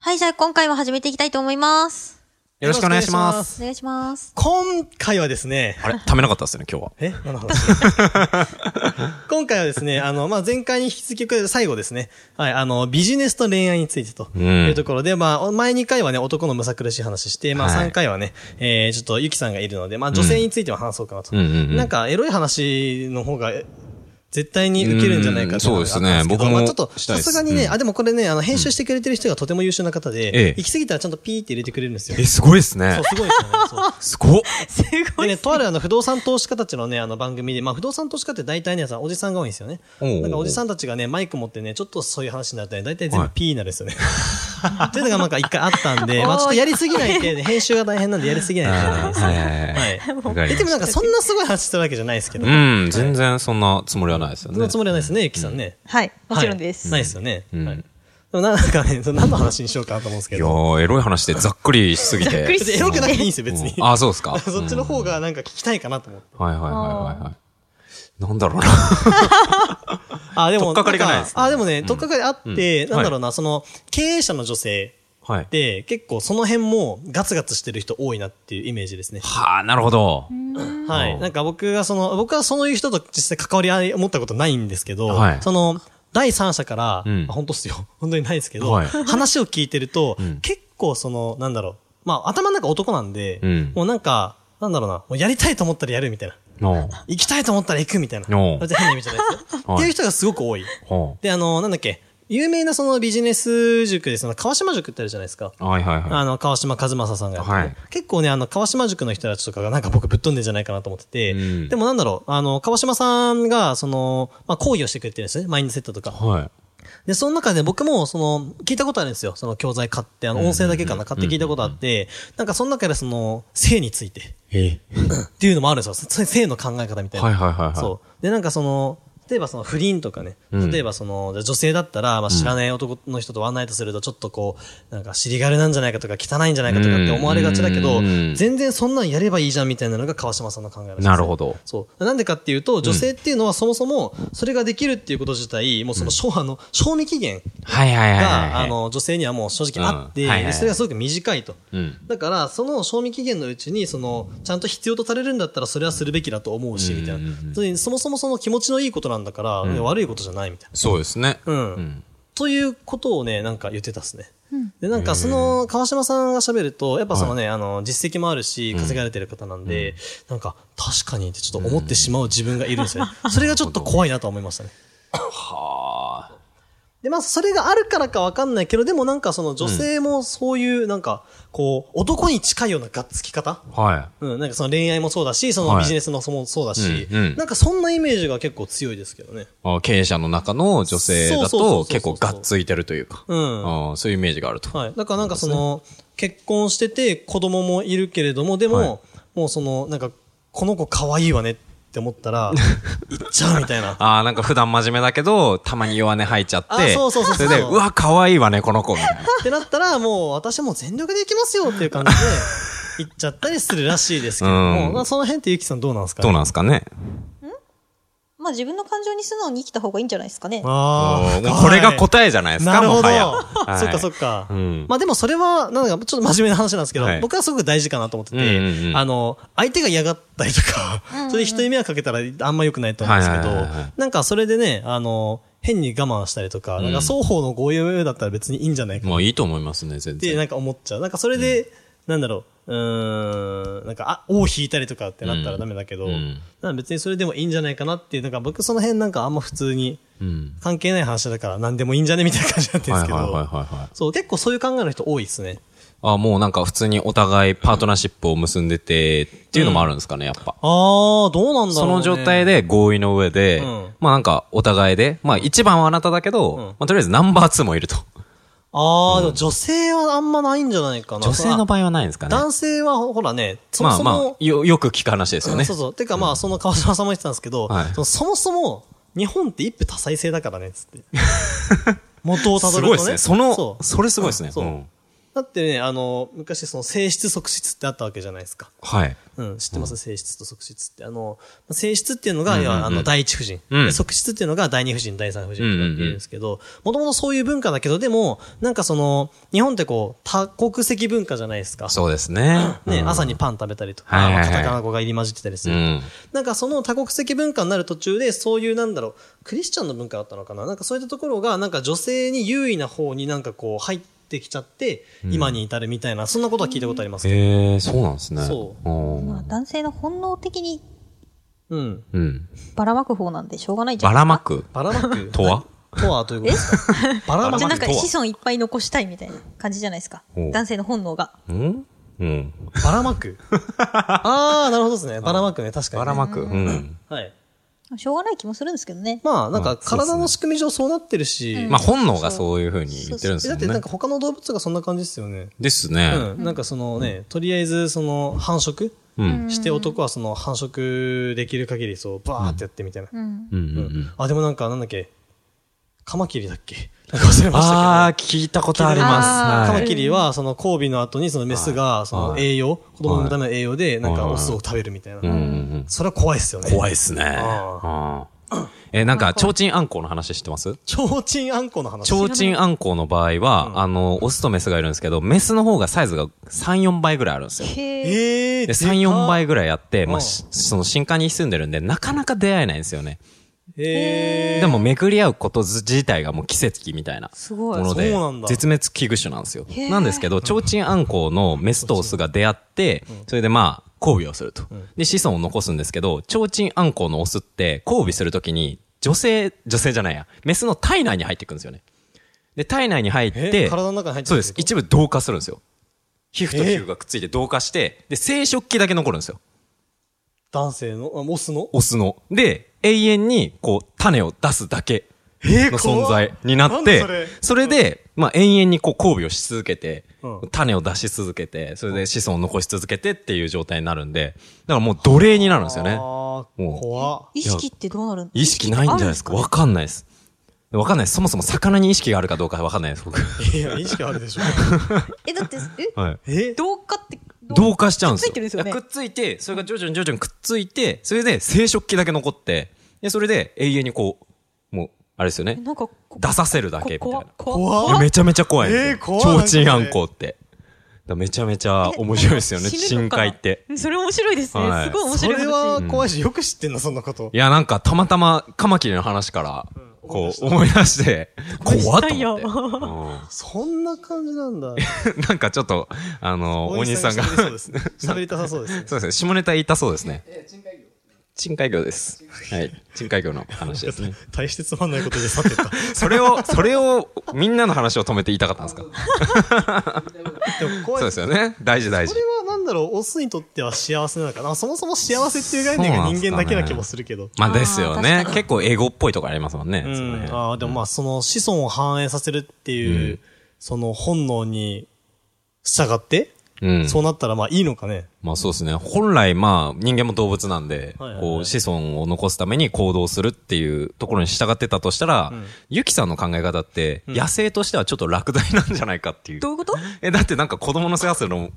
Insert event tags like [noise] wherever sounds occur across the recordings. はい、じゃあ今回も始めていきたいと思います。よろしくお願いしまおす。願いします。今回はですね、あれ食べなかったですね、今日は。え何の話 [laughs] 今回はですね、あの、まあ、前回に引き続き、最後ですね。はい、あの、ビジネスと恋愛についてとんいうところで、まあ、前2回はね、男のむさ苦しい話して、まあ、はい3回はね、えー、ちょっとゆきさんがいるので、まあ、女性については話そうかなと。うんうんうんうんなんか、エロい話の方が、え絶対に受けるんじゃないかっていのがうんそうですねあったんけど僕もまあちょっと、したいさですすがにね、うんあ、でもこれね、あの、編集してくれてる人がとても優秀な方で、ええ行き過ぎたらちゃんとピーって入れてくれるんですよ。え、すごいですねそう、。すごいですよね。そうすごっ。すごでい。ね、とあるあの不動産投資家たちのね、あの番組で、まあ不動産投資家って大体ね、さおじさんが多いんですよね。おうおうなんかおじさんたちがね、マイク持ってね、ちょっとそういう話になったり、大体全部ピーになるんですよね。 [laughs] というのがなんか一回あったん [laughs] で、まあちょっとやりすぎないって、編集が大変なんでやりすぎないですはいはいははいい。はわかい。えりでもましなんかそんなすごい話してるわけじゃないですけど、た。うん、全然そんなつもりはないですよそんなねつ。もりはないですね、ゆきさんね。はい、もはいちろんです。ないですよね。うんはい。でもなんかね、何の話にしようかなと思うんですいけやど。ー、エロい話でざっくりしすぎて。くりし別にエロくなくていいんですよ、別にう。んあ、そうですか。 [laughs] そっちの方がなんか聞きたいかなと思って。うん。はいはいはいはいはい。なんだ [laughs] ろうな。あ、で取っも、かかりがないですねんかあ、でもね、とっかかりあって、うんなんだろうな、その、経営者の女性はい。で、結構その辺もガツガツしてる人多いなっていうイメージですね。はあ、なるほど。はうい。んなんか僕がその、僕はそういう人と実際関わり合い持ったことないんですけど、はいその、第三者から、うんあ本当っすよ。 [laughs] 本当にないですけど、はい話を聞いてると、ん結構その、なんだろう。まあ、頭の中男なんで、うんもうなんか、なんだろうな、もうやりたいと思ったらやるみたいな。の行きたいと思ったら行くみたいな。おう別に変な意味じゃないですよ。 [laughs] はいっていう人がすごく多い。はで、あの、なんだっけ、有名なそのビジネス塾で、その川島塾ってあるじゃないですか。あはいはいはあの、川島和正さんがやってる、はい結構ね、あの、川島塾の人たちとかがなんか僕ぶっ飛んでんじゃないかなと思ってて、うんでもなんだろう、あの、川島さんが、その、まあ、講義をしてくれてるんですね、マインドセットとか。い。はい。で、その中で僕も、その、聞いたことあるんですよ。その教材買って、あの、音声だけかな、買って聞いたことあって、なんかその中でその、性について、えっていうのもあるんですよ。そ性の考え方みたいな。はいはいはいはいそう。で、なんかその、例えばその不倫とかね。うん例えばその、じゃあ女性だったら、まあ、知らない男の人とワンナイトすると、ちょっとこう、なんか尻軽なんじゃないかとか、汚いんじゃないかとかって思われがちだけうどん、全然そんなんやればいいじゃんみたいなのが川島さんの考えらしいですねなるほどそう。なんでかっていうと、女性っていうのはそもそも、それができるっていうこと自体、もうその、賞あの、賞味期限はいはいはいはいが、はい。あ、の、女性にはもう正直あって、うんはいはいはいでそれがすごく短いと。うん。だから、その賞味期限のうちに、その、ちゃんと必要とされるんだったら、それはするべきだと思うし、うんみたいなうんうん。それにそもそもその気持ちのいいことなんだから、悪いことじゃないみたいな。そうですね。うんうん。ということをね、なんか言ってたっすね。で、なんかその、川島さんが喋ると、やっぱそのね、あの、実績もあるし、稼がれてる方なんで、なんか、確かにってちょっと思ってしまう自分がいるんですよね。それがちょっと怖いなと思いましたね。はあ。で、まあ、それがあるからかわかんないけど、でもなんかその女性もそういう、なんか、こう、男に近いようながっつき方はうん、なんかその恋愛もそうだし、そのはいビジネスのそもそうだし、うんうんなんかそんなイメージが結構強いですけどね。いあ。経営者の中の女性だそうそうそうそうとそう結構がっついてるというか。うん。はあーそういうイメージがあると。い。だからなんかその、結婚してて子供もいるけれども、でも、はいもうその、なんか、この子可愛いわねって思っ [laughs] たら、行っちゃうみたいな。ああ、なんか普段真面目だけど、たまに弱音吐いちゃっあて、そうそうそうそうれで、うわ、可愛いわね、この子、みたいな。ってなったら、もう私も全力で行きますよっていう感じ [laughs] で、行っちゃったりするらしいですけども、うんまあその辺ってゆきさんどうなんですかどうなんなんですかね。まあ自分の感情に素直に生きた方がいいんじゃないですかね。あもうこれがえ答えじゃないですか、なるほど。もはや。はい [laughs] そっかそっか。うんまあでもそれは、なんかちょっと真面目な話なんですけど、はい僕はすごく大事かなと思ってうんうんて、うんあの、相手が嫌がったりとか、それで人に迷惑かけたらあんま良くないと思うんですけどはいはいはいはい、なんかそれでね、あの、変に我慢したりとか、なんか双方の合意をだったら別にいいんじゃないかもういいと思いますね、全って然。なんか思っちゃう。なんかそれで、なんだろう、うーん、なんか、あ、尾を引いたりとかってなったらダメだけど、うんなんか別にそれでもいいんじゃないかなっていう、なんか僕その辺なんかあんま普通に、うん。関係ない話だから何でもいいんじゃねみたいな感じになってるんですけど、はいはいはいはいはいそう、結構そういう考えの人多いですね。あーもうなんか普通にお互いパートナーシップを結んでて、っていうのもあるんですかね、やっぱ。ああ、どうなんだろう、ね。その状態で合意の上で、うんまあなんかお互いで、まあ一番はあなただけど、まあとりあえずナンバーツーもいると。ああ、でも女性はあんまないんじゃないかな。女性の場合はないんですかね。男性はほらね、そもまあそも、まあ、よ、よく聞く話ですよね。そうそう。てかまあ、その川島さんも言ってたんですけど、はいそのそもそも、日本って一夫多妻制だからね、つ [laughs] って。元をたどするごといね。ですね。その、そそうれすごいですね。そううんだってね、あの、昔その性質即質ってあったわけじゃないですか。はい。うん、知ってます、性質と即質って。あの、性質っていうのが、うんうんうん要はあの、第一夫人、うんで即質っていうのが第二夫人、第三夫人とかって言うんですけど、もともとそういう文化だけど、でも、なんかその、日本ってこう、多国籍文化じゃないですか。そうですね。ね、うん朝にパン食べたりとか、はいはいはいカタカナ語が入り混じってたりすうる。ん。なんかその多国籍文化になる途中で、そういうなんだろう、クリスチャンの文化だったのかななんかそういったところが、なんか女性に優位な方になんかこう入ってきちゃって、今に至るみたいな、そんなことは聞いたことありますけへえ、そうなんですね。そまあ、う男性の本能的にど。うん。ん。うん。ばらまく方なんでしょうがないじゃばないですらか。まく。バラマクとはとはということですかバラマじゃあなクんかとは子孫いっぱい残したいみたいな感じじゃないですかおう。男性の本能が。うんうん。バラマクああ、なるほどですね。バラマクね、確かに、ね。ばらまく。うん。はい。しょうがない気もするんですけどね。まあ、なんうかんそうっすね体の仕組み上そうなってるし、まあ本能がそういうふうに言ってるんですえだよってなんねか。他の動物がそんな感じですよね。ですね。うん。なんかそのね、とりあえずその繁殖うん。して男はその繁殖できる限りそうバーってやってみたいな。うん。うんううんん。あ、でもなんかなんだっけ、カマキリだっけなんか忘れましたけど。ああ、聞いたことありまあす。カはマいキリは、その交尾の後に、そのメスが、その栄養、子供のための栄養で、なんかオスを食べるみたいなうん。うんうん。それは怖いですよね。怖い。いっすね。あうんえ、なんか、提灯あんこうの話知ってます提灯あんこの話。提灯あんこうの場合は、あの、オスとメスがいるんですけど、メスの方がサイズが3、4倍ぐらいあるんですよ。へえ。ええー、で、3、4倍ぐらいあって、まうんあ、しその新刊に住んでるんで、なかなか出会えないんですよね。ええー。でも、巡り合うこと自体がもう奇跡みたいなすもごいのでそうなんだ、絶滅危惧種なんですよへ。ーなんですけど、提灯アンコウのメスとオスが出会って、それでまあ、交尾をすると。で、子孫を残すんですけど、提灯アンコウのオスって、交尾するときに、女性、女性じゃないや、メスの体内に入っていくんですよね。で、体内に入っえて、体の中に入ってそうです。一一部同化するんですよ。皮膚と皮膚がくっついて同化して、で、生殖器だけ残るんですよ。男性の、あオスの。オスの。で、永遠に、こう、種を出すだけの存在にな怖っっなんて、だそれそれで、まあ、永遠にこう、交尾をし続けて、うん種を出し続けて、それで子孫を残し続けてっていう状態になるんで、だからもう奴隷になるんですよね。ああ、もう怖っ。意識ってどうなるん意識ないんじゃないですかわ意識かんないです。わかんないです。そもそも魚に意識があるかどうかわかんないです、僕。いや、意識あるでしょ。っ [laughs] てあるんですかねえ、だって、はい。ええ同化って、同化しちゃうんですくよ。っついてるんですよねいやくっついて、それが徐々に徐々にくっついて、それで生殖器だけ残って、で、それで永遠にこう、もう、あれですよね。なんかこ、出させるだけみたいこなわ。こわ怖っいやめちゃめちゃ怖いんですよ。えー怖い提灯あんこうって。だからめちゃめちゃ面白いですよね、え [laughs] 死ぬ深のかな海って。。それ面白いですね。はいすごい面そ白い話。れは怖いし、よく知ってんな、そんなことい。や、なんか、たまたま、カマキリの話から、こう、思い出して、 [laughs] 怖っと思って思い出しそんな感じなんだ。うん。 [laughs] なんか、ちょっと、あの、 [laughs] お兄さんが、喋りそうで [laughs] すね喋りたさそうですね。そうですね。下ネタ言いたそうですね。賃海業です。はい。賃海業の話ですね。 [laughs] 大してつまんないことで去ってった。それを、それを、みんなの話を止めて言いたかったんですかでも怖いそうですよね。大事大事これ。はなんだろう、オスにとっては幸せなのかな。そもそも幸せっていう概念が人間だけな気もするけど。まあですよあねー確。かに結構英語っぽいとこありますもんね。うそのん。辺ああ、でもまあ、その子孫を反映させるっていう、うんその本能に従って、うん。そうなったらまあいいのかね。まあそうですね。本来まあ人間も動物なんで、はいはいはいこう子孫を残すために行動するっていうところに従ってたとしたら、ユキさんの考え方って、野生としてはちょっと落第なんじゃないかっていう。どういうことえ、だってなんか子供の世話するの、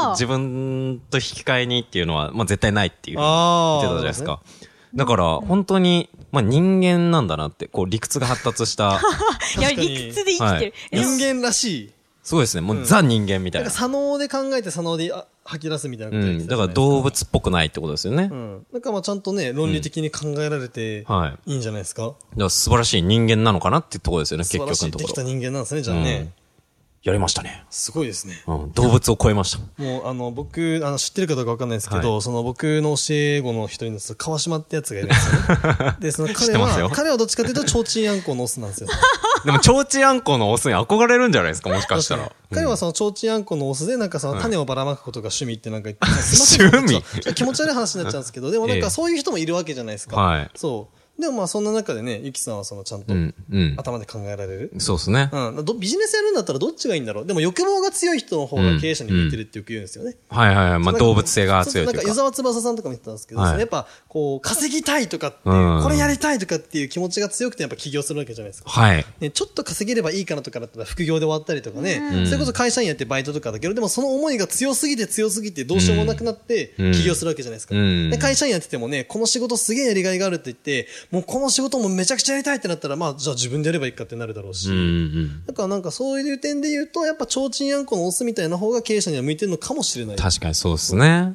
ああ自分と引き換えにっていうのは、まあ絶対ないっていう。あ言あ。ってたじゃないですか。だから、本当に、まあ人間なんだなって、こう理屈が発達した、いや、確かに理屈で生きてる。え人間らしい。そうですね、もうザ人間みたないんかな。左脳で考えて左脳であ吐き出すみたいなうこと言ってん。たじだかゃならいです動物っぽくないってことですよね。だうかん。なんかまあちゃんとね、論理的に考えられて、、うんはいいんじゃないですか。ら素晴らしい人間なのかなってところですよね、素結晴局らしいのとでこきたろ。人間なんですね、じゃあね。うんやりましたね。すごいですね。うん。動物を超えました。もう、あの、僕、あの、知ってるかどうかわかんないですけど、はその僕の教え子の一人の、その川島ってやつがいるんです [laughs] よ、ね。で、その知っ彼てますよは、彼はどっちかというと、提灯あんこのオスなん [laughs] ですよ。でも、ちょうちあんこのオスに憧れるんじゃないですか、もしかした確からに。彼はその、提灯あんこのオスで、なんかその、種をばらまくことが趣味ってなんか言って、趣味ちょっと気持ち悪い話になっちゃうんですけど、でもなんええかそういう人もいるわけじゃないですか。はいそう。でもまあそんな中でね、ゆきさんはそのちゃんとうん、うん。頭で考えられる。そうですね。うん、どビジネスやるんだったらどっちがいいんだろう。でも欲望が強い人の方が経営者に向いてるってよく言うんですよね。はいはいはい。まあ、動物性が強いそとういなうんかか湯。沢翼さんとかも言ってたんですけど、はいそのやっぱこう稼ぎたいとかっていう、うんこれやりたいとかっていう気持ちが強くてやっぱ起業するわけじゃないですか。はい。ね、ちょっと稼げればいいかなとかだったら副業で終わったりとかね、うんそれこそ会社員やってバイトとかだけど、でもその思いが強すぎて強すぎてどうしようもなくなってうん起業するわけじゃないですか。うんで会社員やっててもね、この仕事すげえやりがいがあるって言って、もうこの仕事もめちゃくちゃやりたいってなったら、まあじゃあ自分でやればいいかってなるだろうし。うんうん。だからなんかそういう点で言うと、やっぱ提灯あんこのオスみたいな方が経営者には向いてるのかもしれない。確かにそうですね。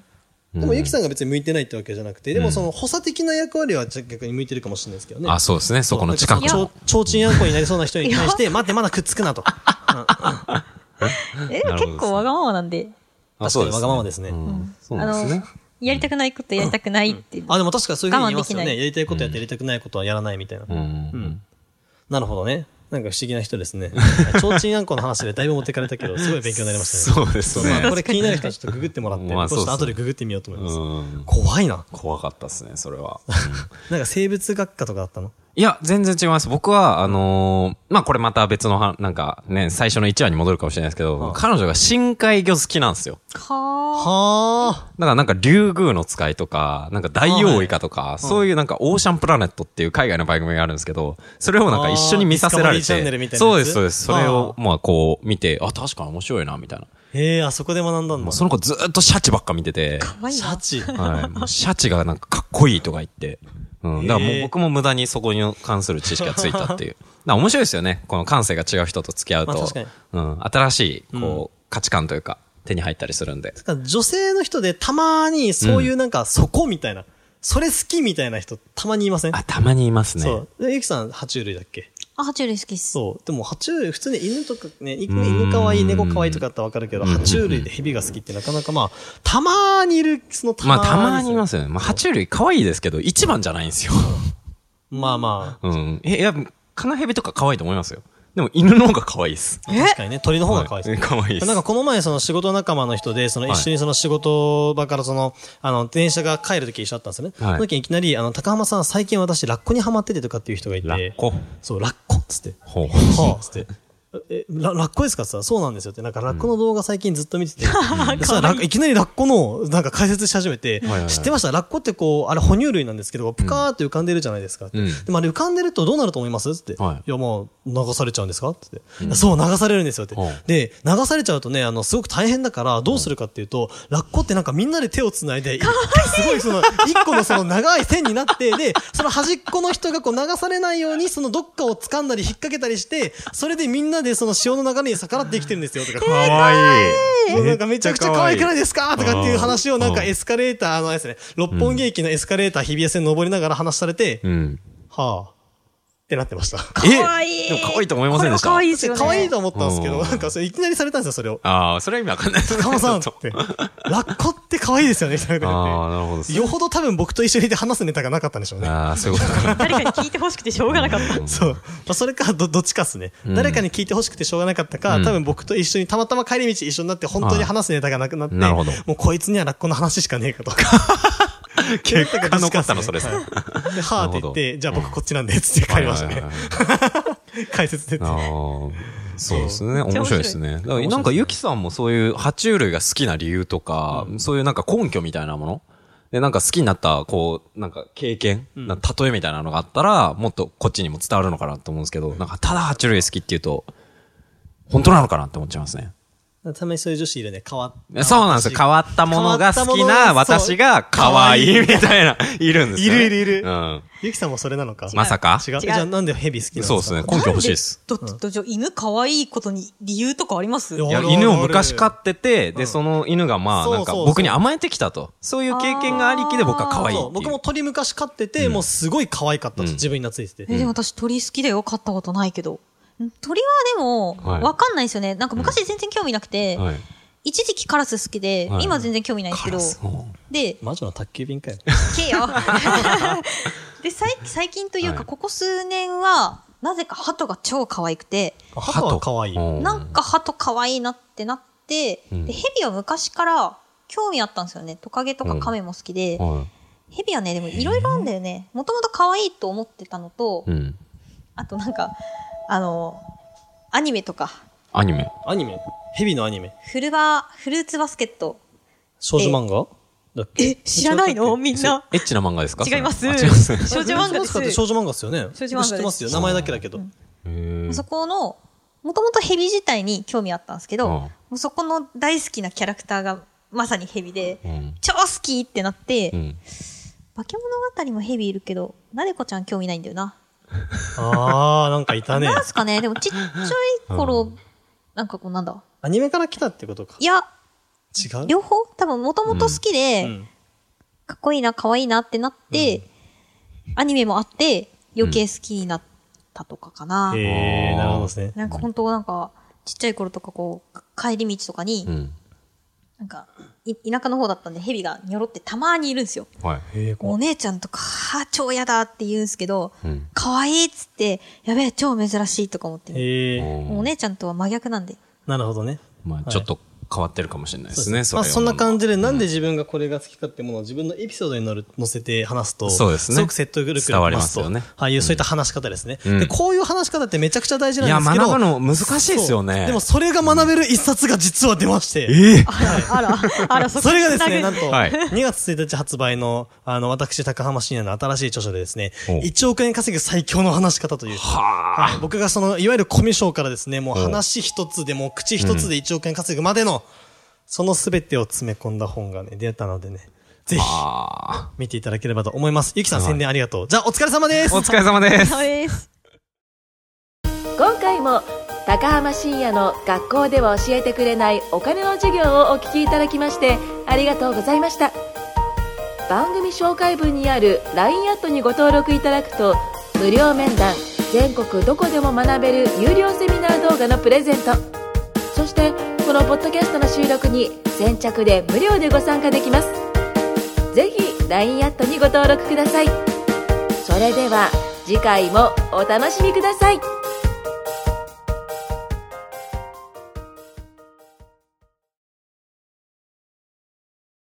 でも、ゆきん、さんが別に向いてないってわけじゃなくて、でもその補佐的な役割は逆に向いてるかもしれないですけどね。あ、そうですね。そこの近くいやの。ちょうちんあんこになりそうな人に対して、待って、まだくっつくなと。え、なるほどですね結構わがままなんで、あ、確そうかにですね。わがままですね。うんそうあなんですねの。、やりたくないことやりたくないって。あ、でも確かにそういうふうに言いますよ我慢できね。なやりたいことやってやりたくないことはやらないみたいな。うんうんなるほどね。なんか不思議な人ですね。ちょうちんあんこの話でだいぶ持ってかれたけど、すごい勉強になりましたね。そうですまあね。これ気になる人はちょっとググってもらって、まあこうちょそうっとそう後でググってみようと思います。うん怖いな。怖かったですね、それは。なんか生物学科とかだったのいや、全然違います。僕は、あのーまあ、これまた別のは、なんかね、最初の1話に戻るかもしれないですけど、ん彼女が深海魚好きなんですよ。はあ。はあ。だからなんか、竜宮の使いとか、なんか大王イカとか、そういうなんか、オーシャンプラネットっていう海外の番組があるんですけど、それをなんか一緒に見させらあーデれィスカバリーチャンネルみたて、いなやそうでつす、そうです。それをあ、まあ、こう、見て、あ、確かに面白いな、みたいな。へえ、あそこで学んだんもだう。その子ずーっとシャチばっか見てて、かわいいシなャ。チ。はい。もうシャチがなんかかっこいいとか言って。うん。だからもへうえ僕も無駄にそこに関する知識がついたって [laughs] いう。だから面白いですよね。この感性が違う人と付き合うと。まあ確かにうん。新しい、こう、価値観というか、手に入ったりするんで。なんか女性の人でたまにそういうなんかそこみたいな、それ好きみたいな人たまにいません、あ、たまにいますね。そう。でゆきさん、爬虫類だっけあ、爬虫類好きっす。そう。でも爬虫類、普通ね、犬とかね、いん犬かわいい、猫かわいいとかだったらわかるけど、爬虫類で蛇が好きってなかなかまあ、たまにいる、そのたままー。あ、たまにいますすよね。まあ、爬虫類可愛いですけど、一番じゃないんですよ。まあまうん。え、いや、カナヘビとか可愛いと思いますよ。でも、犬の方が可愛いです。あ、確かにね、鳥の方が可愛いはでいす。可愛いです。なんかこの前その仕事仲間の人で、そのはい一緒にその仕事場からその、あの、電車が帰る時一緒だったんですよね。はいその時にいきなり、あの、高浜さん最近私ラッコにハマっててとかっていう人がいて。ラッコ。そう、ラッコっつって。ほう。は [laughs] あ、つって。え、ララッコですかって言ったらそうなんですよって。なんかラッコの動画最近ずっと見て [laughs] て。でそしたらラいきなりラッコの、なんか解説し始めて、はいはい知ってましたラッコってこう、あれ哺乳類なんですけど、ぷかーって浮かんでるじゃないですかって。うんでもあれ浮かんでるとどうなると思いますって。はいや、もう流されちゃうんですかって言って、そう、流されるんですよってほう。で、流されちゃうとね、あの、すごく大変だから、どうするかっていうと、ラッコってなんかみんなで手を繋いで、すごいその、一個のその長い線になって、で、その端っこの人がこう流されないように、そのどっかを掴んだり引っ掛けたりして、それでみんなでその潮の流れに逆らって生きてるんですよ、とか。愛いなんかめちゃくちゃ可愛くないですかとかっていう話をなんかうんエスカレーター、あのあれですね、六本木駅のエスカレーター日比谷線登りながら話されて、うん。はぁ、ってなってました。え可愛いでも可愛いと思いませんでしたこれも可愛いですよね。 [laughs] 可愛いと思ったんですけうど、んなんかそれいきなりされたんですよ、それを。ああ、それは意味わかんないですね高間さん [laughs] っちょっとて。ラッコって可愛いですよね、みたいなこと言あっあ、なるほど。て。よほど多分僕と一緒にいて話すネタがなかったんでしょうね。ああ、そういうことか。誰かに聞いてほしくてしょうがなかった。そう。まあ、それか、ど、どっちかっすね。ん誰かに聞いて欲しくてしょうがなかったか、うん多分僕と一緒にたまたま帰り道一緒になって、本当に話すネタがなくなって、なるほどもうこいつにはラッコの話しかねえかと。 [laughs] 結果残ったの、それさ。ではあって言って、じゃあ僕こっちなんで、つって帰りましたはねいはいはい。解説で。ああーそうですね。面白いですね。だから面白いなんか、ゆきさんもそういう爬虫類が好きな理由とか、そういうなんか根拠みたいなもので、なんか好きになった、こう、なんか経験、なんか例えみたいなのがあったら、もっとこっちにも伝わるのかなと思うんですけど、なんか、ただ爬虫類好きっていうと、本当なのかなって思っちゃいますね。たまにそういう女子いるね、変わっそうなんですよ。変わったものが好きな私が可愛いみたいな、いるんですよ、ね。いるいるいるうん。ゆきさんもそれなのかまさか違う。えじゃあなんでヘビ好きなんですかそうですね。。根拠欲しいです。だって、じゃあ犬可愛いことに理由とかありますいやいや、あるある犬を昔飼ってて、で、その犬がまあ、そうなそんうそかう僕に甘えてきたと。そういう経験がありきで僕は可愛いってそいうう。僕も鳥昔飼ってて、もうすごい可愛かったと、うん自分に懐いてて。え、でも私鳥好きだよ。飼ったことないけど。鳥はでも、はいわかんないですよね。なんか昔全然興味なくて、はい。一時期カラス好きで、はい今全然興味ないですけど、で、魔女の宅急便かよ。け [laughs] よ。で、最最近というか、はいここ数年は、なぜか鳩が超可愛くて、ハト可愛い。うんなんか鳩可愛いなってなって、うんで、蛇は昔から興味あったんですよね。トカゲとかカメも好きで、はヘビはね、でもいろいろあるんだよね。もともと可愛いと思ってたのと、うん。あとなんか、あの、アニメとか、アニメ。アニメヘビのアニメフルバフルーツバスケット。少女漫画だっけえ、知らないのみんな。エッチな漫画ですか違います。それあ違います。 [laughs] 少女漫画ですフルーツバスケットって少女漫画ですよね。少女漫画です知ってますよ。名前だけだけど。へーそこの、もともとヘビ自体に興味あったんですけど、うんもうそこの大好きなキャラクターがまさにヘビで、うん。超好きってなって、うん。化け物語もヘビいるけど、なでこちゃん興味ないんだよな。あー、なんかいたね。なんすかね、でもちっちゃい頃、うなんかこうなんだ。アニメから来たってことか。いや、違う両方多分もともと好きで、うんかっこいいな、可愛いなってなって、アニメもあって、余計好きになったとかかな。へー、なるほどですね。なんか本当なんか、ちっちゃい頃とかこう、帰り道とかに、うん。なんか、い田舎の方だったんで、ヘビがニョロってたまーにいるんですよ。はい。へー、こお姉ちゃんとか、はあ、超嫌だって言うんですけど、うん。可愛いっつって、やべえ、超珍しいとか思って、う。へー、もうお姉ちゃんとは真逆なんで。なるほどね。まあいちょっと変わってるかもしれないですね。まあ、れはそんな感じで、なんで自分がこれが好きかってものを自分のエピソードに乗る載せて話すと、そうですねごく説得力が伝わりりまますすと。よねはいいう、そういった話し方ですね、うんで。こういう話し方ってめちゃくちゃ大事なんですけど。いや学ぶの難しいですよねそうでもそれが学べる一冊が実は出まして。あら、あら、それがですね、なんと、はい2月1日発売の、あの、私、高浜信也の新しい著書でですね、お1億円稼ぐ最強の話し方という、ははい、僕がその、いわゆるコミュ障からですね、もうお話一つでもう口一つで1億円稼ぐまでの、その全てを詰め込んだ本がね、出たのでね、ぜひ、あ。見ていただければと思います。ゆきさん、宣伝ありがとう。じゃ [laughs] あ、お疲れ様ですお疲れ様です。です。今回も高浜深也の学校では教えてくれないお金の授業をお聞きいただきましてありがとうございました番組紹介文にある LINE アットにご登録いただくと無料面談全国どこでも学べる有料セミナー動画のプレゼントそしてこのポッドキャストの収録に先着で無料でご参加できますぜひ LINE アットにご登録くださいそれでは次回もお楽しみください